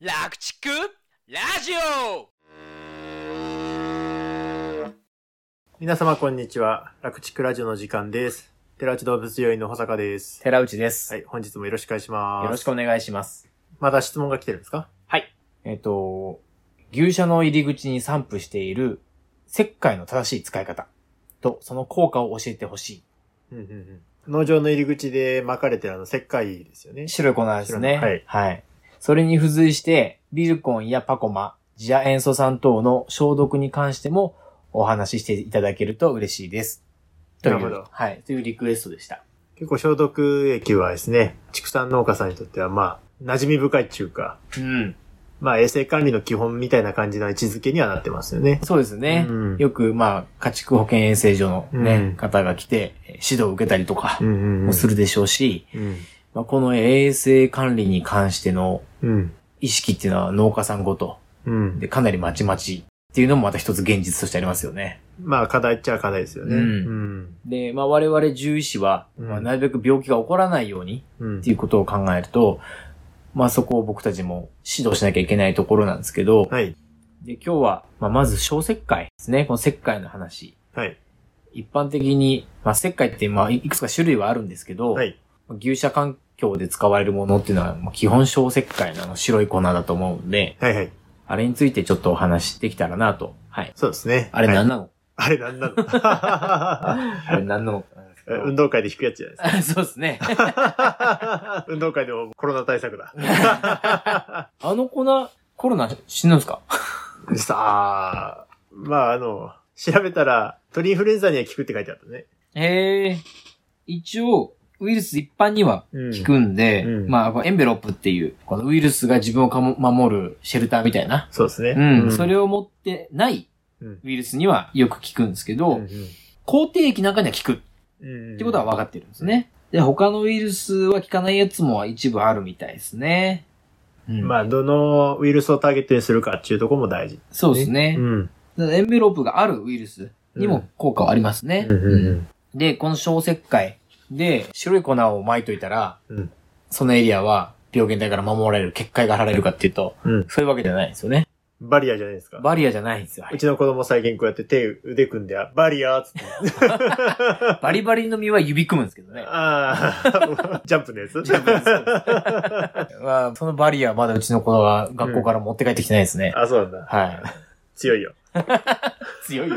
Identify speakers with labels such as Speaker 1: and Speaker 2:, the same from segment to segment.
Speaker 1: 楽チックラジオ
Speaker 2: 皆様こんにちは。楽チクラジオの時間です。寺内動物病院の保坂です。
Speaker 3: 寺内です。
Speaker 2: はい、本日もよろしくお願いします。
Speaker 3: よろしくお願いします。
Speaker 2: まだ質問が来てるんですか
Speaker 3: えっ、と、牛舎の入り口に散布している石灰の正しい使い方とその効果を教えてほし
Speaker 2: うんうんうん。農場の入り口で巻かれてるあの石灰ですよね
Speaker 3: い。。白い粉ですね。
Speaker 2: 白い
Speaker 3: はい。それに付随して、ビルコンやパコマ、ジア塩素酸等の消毒に関してもお話ししていただけると嬉しいです。という
Speaker 2: なるほど
Speaker 3: はい。というリクエストでした。
Speaker 2: 結構消毒液はですね、畜産農家さんにとってはまあ、馴染み深いっていうか、
Speaker 3: うん。
Speaker 2: まあ衛生管理の基本みたいな感じの位置づけにはなってますよね。
Speaker 3: そうですね。
Speaker 2: うん
Speaker 3: よく、まあ、家畜保健衛生所のね、
Speaker 2: うん
Speaker 3: 方が来て、えー指導を受けたりとか
Speaker 2: うんうんう
Speaker 3: も
Speaker 2: ん。
Speaker 3: するでしょうし、
Speaker 2: うん。
Speaker 3: まあ、この衛生管理に関しての
Speaker 2: うん。
Speaker 3: 意識っていうのは農家さんごと
Speaker 2: うん。
Speaker 3: でかなりまちまちっていうのもまた一つ現実としてありますよね。
Speaker 2: まあ課題っちゃ課題ですよね。
Speaker 3: うんで、まあ我々獣医師は、
Speaker 2: うん
Speaker 3: まあ、なるべく病気が起こらないように
Speaker 2: うん。うん
Speaker 3: っていうことを考えると、まあそこを僕たちも指導しなきゃいけないところなんですけど、
Speaker 2: はい。
Speaker 3: で今日は、まあ、まず小石灰ですね。この石灰の話。
Speaker 2: はい。
Speaker 3: 一般的に、まあ、石灰って、まあ、いいくつか種類はあるんですけど、
Speaker 2: はい。
Speaker 3: 牛舎環境で使われるものっていうのは、まあ基本小石灰のあの白い粉だと思うんで、
Speaker 2: はいはい。
Speaker 3: あれについてちょっとお話しできたらなと。はい。
Speaker 2: そうですね。
Speaker 3: あれ
Speaker 2: はい
Speaker 3: 何なの、
Speaker 2: あれなんな の
Speaker 3: あれ何なの
Speaker 2: え運動会で弾くやつじゃないです
Speaker 3: そうですね。
Speaker 2: か。 運動会でもコロナ対策だ。
Speaker 3: あの粉、コロナ死ぬんですか
Speaker 2: さあ、まああの、調べたら鳥インフルエンザには効くって書いてあったね。
Speaker 3: へえ。一応、ウイルス一般には
Speaker 2: うん
Speaker 3: 効くんで、
Speaker 2: うん
Speaker 3: まあ、こうエンベロップっていう、このウイルスが自分をかも守るシェルターみたいな。
Speaker 2: そうですね。
Speaker 3: うん。それ
Speaker 2: を。
Speaker 3: を持ってない
Speaker 2: うん
Speaker 3: ウイルスにはよく効くんですけど、
Speaker 2: うん
Speaker 3: 抗体液なんかには効く。
Speaker 2: うん
Speaker 3: ってことは分かってるんですね。で、他のウイルスは効かないやつも一部あるみたいですね。うん、
Speaker 2: まあ、どのウイルスをターゲットにするかっていうところも大事。
Speaker 3: そうですね
Speaker 2: う。ん。
Speaker 3: だからエンベロープがあるウイルスにも効果はありますね。
Speaker 2: うんうん
Speaker 3: で、この小石灰で白い粉を撒いといたら、
Speaker 2: うん
Speaker 3: そのエリアは病原体から守られる、結界が張られるかっていうと、
Speaker 2: うん
Speaker 3: そういうわけじゃないんですよね。
Speaker 2: バリアじゃないですか。
Speaker 3: バリアじゃないんで すよ。
Speaker 2: うちの子供最近こうやって手、腕組んで、あバリアーっつって。
Speaker 3: バリバリの実は指組むんです けどね。
Speaker 2: あ あ、ジャンプのやつ
Speaker 3: ジャンプのやまあ、そのバリアはまだうちの子は学校から持って帰ってきてないですね。
Speaker 2: あ、そうなんだ。
Speaker 3: はい。
Speaker 2: 強いよ。
Speaker 3: 強いよ。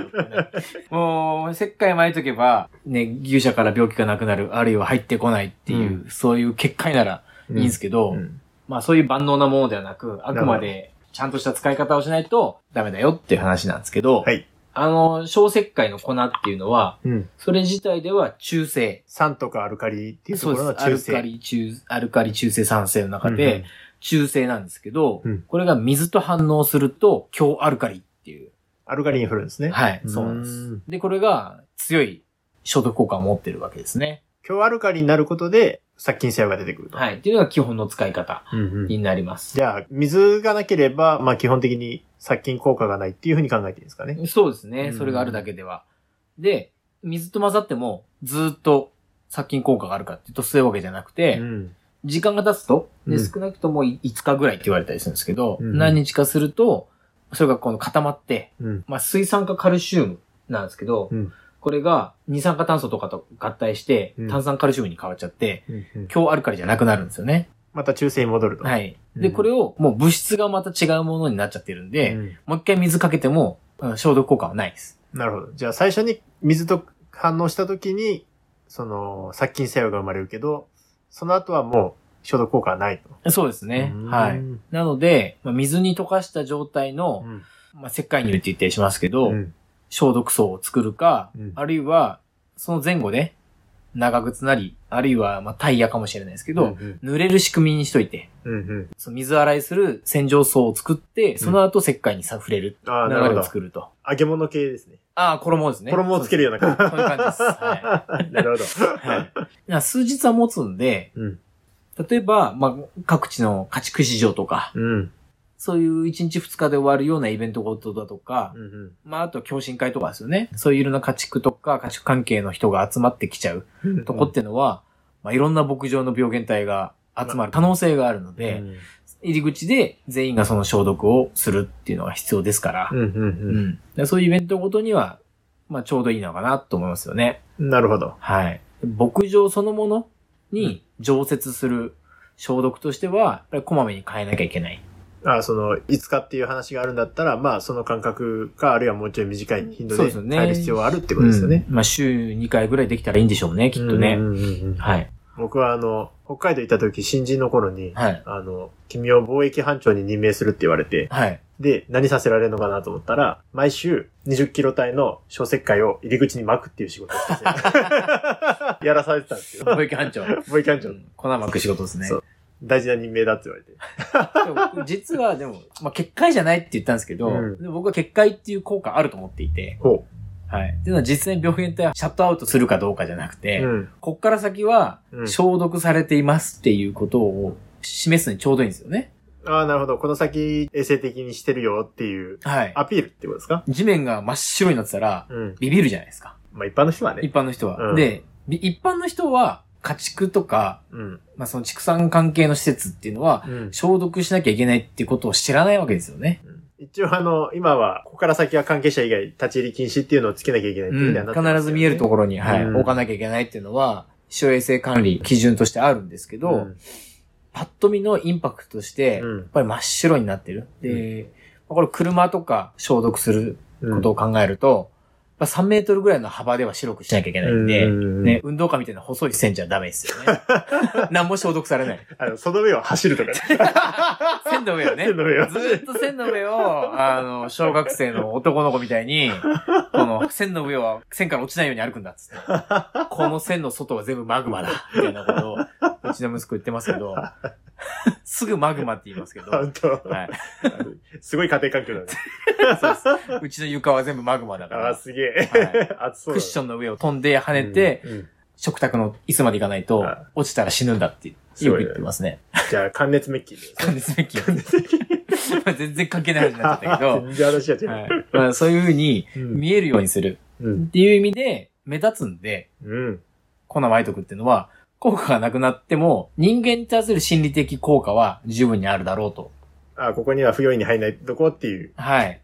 Speaker 3: もう、石灰撒いとけば、ね、牛舎から病気がなくなる、あるいは入ってこないっていう、そういう結界ならいいんですけど、
Speaker 2: うん
Speaker 3: まあそういう万能なものではなく、あくまでちゃんとした使い方をしないとダメだよっていう話なんですけど、
Speaker 2: はい
Speaker 3: あの、小石灰の粉っていうのは、
Speaker 2: うん。
Speaker 3: それ自体では中性。
Speaker 2: 酸とかアルカリっていうと
Speaker 3: そう
Speaker 2: こ
Speaker 3: で
Speaker 2: ろの
Speaker 3: す。ア
Speaker 2: 中
Speaker 3: ル
Speaker 2: 性。
Speaker 3: カリ中、アルカリ中性酸性の中
Speaker 2: うんうん
Speaker 3: で、中性なんですけど、
Speaker 2: うん
Speaker 3: これが水と反応すると、強アルカリっていう、
Speaker 2: アルカリに振るんですね。
Speaker 3: はい、
Speaker 2: うん
Speaker 3: そうなんです。で、これが強い消毒効果を持ってるわけですね。
Speaker 2: 強アルカリになることで殺菌作用が出てくると。
Speaker 3: はい。っていうのが基本の使い方
Speaker 2: うんうん
Speaker 3: になります。
Speaker 2: じゃあ、水がなければ、まあ基本的に殺菌効果がないっていうふうに考えていいんですかね。
Speaker 3: そうです
Speaker 2: う
Speaker 3: ね。
Speaker 2: ん
Speaker 3: それがあるだけでは。で、水と混ざっても、ずーっと殺菌効果があるかっていうと、そういうわけじゃなくて、
Speaker 2: うん
Speaker 3: 時間が経つと、で、
Speaker 2: うん
Speaker 3: 少なくともい5日ぐらいって言われたりするんですけど、
Speaker 2: うん
Speaker 3: 何日かすると、それがこの固まって、
Speaker 2: うん。
Speaker 3: まあ、水酸化カルシウムなんですけど、
Speaker 2: うん
Speaker 3: これが二酸化炭素とかと合体して
Speaker 2: うん、
Speaker 3: 炭酸カルシウムに変わっちゃって、
Speaker 2: うんうん
Speaker 3: 強アルカリじゃなくなるんですよね。
Speaker 2: また中性に戻ると。。
Speaker 3: はいい。で、
Speaker 2: うん
Speaker 3: これをもう物質がまた違うものになっちゃってるんで、
Speaker 2: うん
Speaker 3: もう一回水かけても、うん消毒効果はないです。
Speaker 2: なるほど。じゃあ最初に水と反応した時に、その殺菌作用が生まれるけど、その後はもう消毒効果はないと。
Speaker 3: そうですね
Speaker 2: う。ん
Speaker 3: は
Speaker 2: う
Speaker 3: い。
Speaker 2: ん
Speaker 3: なので、まあ、水に溶かした状態の、まあ、石灰乳って言ったりしますけど、
Speaker 2: うん
Speaker 3: 消毒層を作るか、
Speaker 2: うん
Speaker 3: あるいは、その前後で、長靴なり、あるいは、まあ、タイヤかもしれないですけ
Speaker 2: うんう
Speaker 3: ど、
Speaker 2: ん
Speaker 3: 濡れる仕組みにしといて、
Speaker 2: うんうん
Speaker 3: その水洗いする洗浄層を作って、その後石灰にさ触れる
Speaker 2: ああ、
Speaker 3: 流
Speaker 2: なるほ
Speaker 3: れ
Speaker 2: ど
Speaker 3: を。作ると。
Speaker 2: 揚げ物系ですね。
Speaker 3: ああ、衣ですね。
Speaker 2: 衣をつけるような感じ。
Speaker 3: そうですそういう感じですは
Speaker 2: なるほど。
Speaker 3: はい。な数日は持つんで、
Speaker 2: うん
Speaker 3: 例えば、まあ、各地の家畜市場とか、
Speaker 2: うん。
Speaker 3: そういう1日2日で終わるようなイベントごとだとか、
Speaker 2: うんうん
Speaker 3: まあ、あと共振会とかですよね。そういういろんな家畜とか家畜関係の人が集まってきちゃう
Speaker 2: うん
Speaker 3: とこってのは、まあ、いろんな牧場の病原体が集まる可能性があるので、
Speaker 2: うん
Speaker 3: 入り口で全員がその消毒をするっていうのが必要ですから
Speaker 2: う、んうん
Speaker 3: だからそういうイベントごとには、まあちょうどいいのかなと思いますよね。
Speaker 2: うん。なるほど。
Speaker 3: はい。牧場そのものに常設する消毒としては、やっぱりこまめに変えなきゃいけない。
Speaker 2: あその、いつかっていう話があるんだったら、まあ、その間隔か、あるいはもうちょい短い頻度
Speaker 3: そ
Speaker 2: で
Speaker 3: うですよね
Speaker 2: 変える必要はあるってことですよね。
Speaker 3: うんまあ週2回ぐらいできたらいいんでしょうね、きっとね。
Speaker 2: うんうんうんうん
Speaker 3: はい。
Speaker 2: 僕はあの、北海道行った時、新人の頃に、
Speaker 3: はい。
Speaker 2: あの、君を貿易班長に任命するって言われて、
Speaker 3: はい。
Speaker 2: で、何させられるのかなと思ったら、毎週20キロ帯の小石灰を入り口に巻くっていう仕事をさせ てやらされてたんですけど、
Speaker 3: 保育班長。
Speaker 2: 貿易班長、
Speaker 3: 粉まく仕事ですね。
Speaker 2: そう大事な任命だって言われて。
Speaker 3: でも実はでも、まあ、結界じゃないって言ったんですけど、
Speaker 2: うん
Speaker 3: でも僕は結界っていう効果あると思っていて、
Speaker 2: ほ
Speaker 3: はい。っていうのは実際に病原体はシャットアウトするかどうかじゃなく
Speaker 2: う。
Speaker 3: て、
Speaker 2: うん。
Speaker 3: こっから先は
Speaker 2: うん
Speaker 3: 消毒されていますっていうことを示すのにちょうどいいんですよね。
Speaker 2: ああ、なるほど。この先衛生的にしてるよっていう
Speaker 3: はい。
Speaker 2: アピールってことですか
Speaker 3: 地面が真っ白になってたら、
Speaker 2: うん。
Speaker 3: ビビるじゃないですか。
Speaker 2: まあ一般の人はね。
Speaker 3: 一般の人は。
Speaker 2: うん
Speaker 3: で、び一般の人は家畜とか、
Speaker 2: うん。
Speaker 3: まあ、その畜産関係の施設っていうのは、
Speaker 2: うん。
Speaker 3: 消毒しなきゃいけないっていうことを知らないわけですよね。
Speaker 2: 一応あの、今は、ここから先は関係者以外立ち入り禁止っていうのをつけなきゃいけないっていう
Speaker 3: う
Speaker 2: ふうんにはなってますよね
Speaker 3: 必ず見えるところに、はい
Speaker 2: うん
Speaker 3: 置かなきゃいけないっていうのは、気象衛生管理基準としてあるんですけど、
Speaker 2: うん
Speaker 3: パッと見のインパクトとして、やっぱり真っ白になってる。で、まあこれ車とか消毒する
Speaker 2: うん。
Speaker 3: ことを考えると、まあ3メートルぐらいの幅では白くしなきゃいけないんで、
Speaker 2: うんうんうん
Speaker 3: ね、運動会みたいな細い線じゃダメですよ ね。何も消毒されない。
Speaker 2: あの、その上を走るとか ね。
Speaker 3: 線の上をね。
Speaker 2: 線の上を
Speaker 3: ずーっと線の上を、あの、小学生の男の子みたいに、この線の上は線から落ちないように歩くんだっつって。この線の外は全部マグマだ。みたいなことを、うちの息子言ってますけど、すぐマグマって言いますけど、は
Speaker 2: 本当。
Speaker 3: い。
Speaker 2: すごい家庭環境だね。
Speaker 3: そうです。うちの床は全部マグマだか
Speaker 2: ああ、
Speaker 3: ら、
Speaker 2: すげえ
Speaker 3: はい。
Speaker 2: 暑そ
Speaker 3: ク
Speaker 2: うだね。
Speaker 3: ッションの上を飛んで跳ね
Speaker 2: うん
Speaker 3: て、、
Speaker 2: うん
Speaker 3: 食卓の椅子まで行かないと
Speaker 2: はい、
Speaker 3: 落ちたら死ぬんだって、よく言ってますね。
Speaker 2: じゃあ、寒熱メッキで。
Speaker 3: 完全に 全然関係ない話 になっちゃったけど、
Speaker 2: 全然話が違う。
Speaker 3: はいまあ、そういうふうに
Speaker 2: うん
Speaker 3: 見えるようにする
Speaker 2: うん。
Speaker 3: っていう意味で目立つんで、
Speaker 2: うん。
Speaker 3: 粉まいとくっていうのは、効果がなくなっても人間に対する心理的効果は十分にあるだろうと。
Speaker 2: あここには不用意に入らないとこっていう
Speaker 3: はい。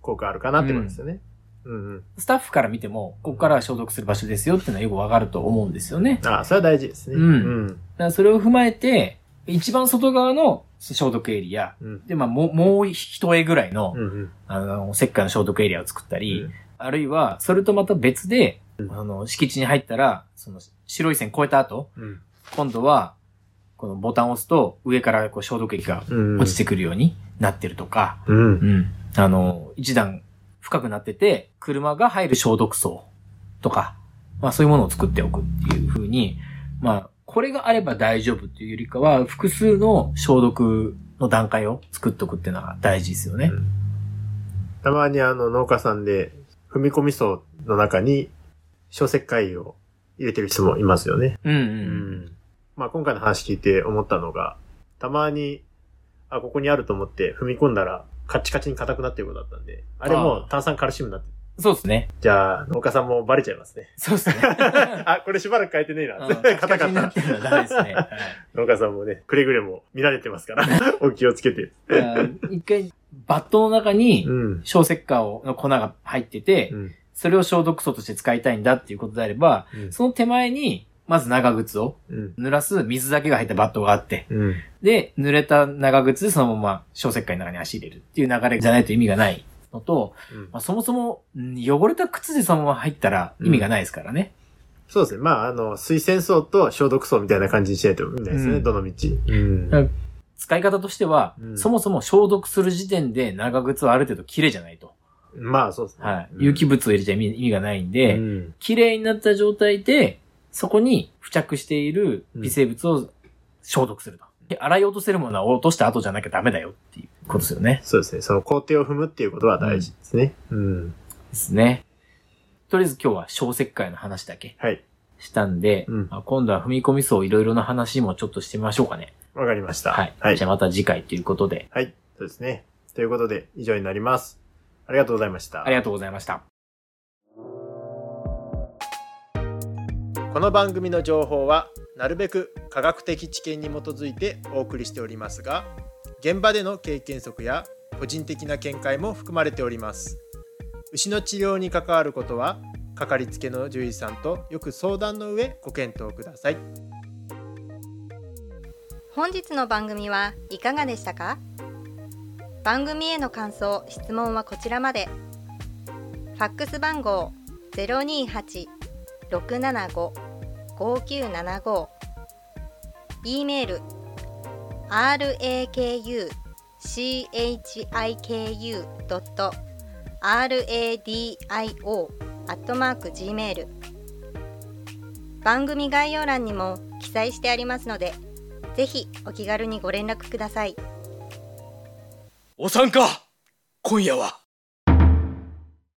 Speaker 2: 効果あるかなってことですよね。うんうん。
Speaker 3: スタッフから見ても、ここからは消毒する場所ですよっていうのはよくわかると思うんですよね。
Speaker 2: あそれは大事ですね。
Speaker 3: うん
Speaker 2: うん。
Speaker 3: だからそれを踏まえて、一番外側の消毒エリア、
Speaker 2: うん。
Speaker 3: で、まあ、もう、もう一重ぐらいの、
Speaker 2: うんうん。
Speaker 3: あの、石灰の消毒エリアを作ったり、
Speaker 2: うん
Speaker 3: あるいは、それとまた別で、
Speaker 2: うん
Speaker 3: あの、敷地に入ったら、その、白い線越えた後、
Speaker 2: うん
Speaker 3: 今度は、このボタンを押すと、上からこう消毒液が
Speaker 2: うん。
Speaker 3: 落ちてくるようになってるとか、
Speaker 2: うん。
Speaker 3: うんあの、一段深くなってて、車が入る消毒層とか、まあそういうものを作っておくっていう風に、まあ、これがあれば大丈夫っていうよりかは、複数の消毒の段階を作っておくっていうのが大事ですよね。
Speaker 2: うんたまにあの農家さんで、踏み込み層の中に小石灰を入れてる人もいますよね。
Speaker 3: うんうん
Speaker 2: う
Speaker 3: うん。
Speaker 2: まあ今回の話聞いて思ったのが、たまに、あ、ここにあると思って踏み込んだら、カッチカチに硬くなってることだったんで、あれも
Speaker 3: あ
Speaker 2: 炭酸カルシウムになってる。
Speaker 3: そうですね。
Speaker 2: じゃあ、農家さんもバレちゃいますね。
Speaker 3: そうですね。
Speaker 2: あ、これしばらく変えてねえな。硬か
Speaker 3: に
Speaker 2: っ。
Speaker 3: なったてるのはダメですね。はい
Speaker 2: 農家さんもね、くれぐれも見られてます から、お気をつけて。
Speaker 3: だから一回、バットの中に
Speaker 2: う、ん。
Speaker 3: 小石化を、の粉が入ってて
Speaker 2: う、ん。
Speaker 3: それを消毒素として使いたいんだっていうことであれば、
Speaker 2: うん
Speaker 3: その手前に、まず長靴を
Speaker 2: うん。
Speaker 3: 濡らす水だけが入ったバットがあって、
Speaker 2: うん。
Speaker 3: で、濡れた長靴でそのまま小石灰の中に足入れるっていう流れじゃないと意味がないのと、まあ、そもそもん汚れた靴でそのまま入ったら意味がないですからね。
Speaker 2: そうですね。まあ、あの、水洗層と消毒層みたいな感じにしないといけないですね、
Speaker 3: うん
Speaker 2: どの道。うん
Speaker 3: うん使い方としては、
Speaker 2: うん
Speaker 3: そもそも消毒する時点で長靴はある程度綺麗じゃないと。
Speaker 2: まあ、そうですね。
Speaker 3: はい。
Speaker 2: うん
Speaker 3: 有機物を入れちゃ意味意味がないんで、
Speaker 2: うん
Speaker 3: 綺麗になった状態で、そこに付着している微生物を消毒すると。で洗い落とせるものは落とした後じゃなきゃダメだよっていうことですよね。
Speaker 2: そうですね。その工程を踏むっていうことは大事ですね。うん。
Speaker 3: ですね。とりあえず今日は小石灰の話だけ
Speaker 2: はい。
Speaker 3: したんで、
Speaker 2: うん
Speaker 3: まあ今度は踏み込み層いろいろな話もちょっとしてみましょうかね。
Speaker 2: わかりました。
Speaker 3: はい。
Speaker 2: はい
Speaker 3: じゃ。あまた次回ということで、
Speaker 2: はい。そうですね。ということで、以上になります。ありがとうございました
Speaker 3: あり。がとうございました。
Speaker 2: この番組の情報はなるべく科学的知見に基づいてお送りしておりますが現場での経験則や個人的な見解も含まれております牛の治療に関わることはかかりつけの獣医さんとよく相談の上ご検討ください
Speaker 4: 本日の番組はいかがでしたか番組への感想・質問はこちらまでファックス番号028-675-5975 e メール rakuchiku.radio.gmail 番組概要欄にも記載してありますのでぜひお気軽にご連絡ください
Speaker 1: おさんか今夜は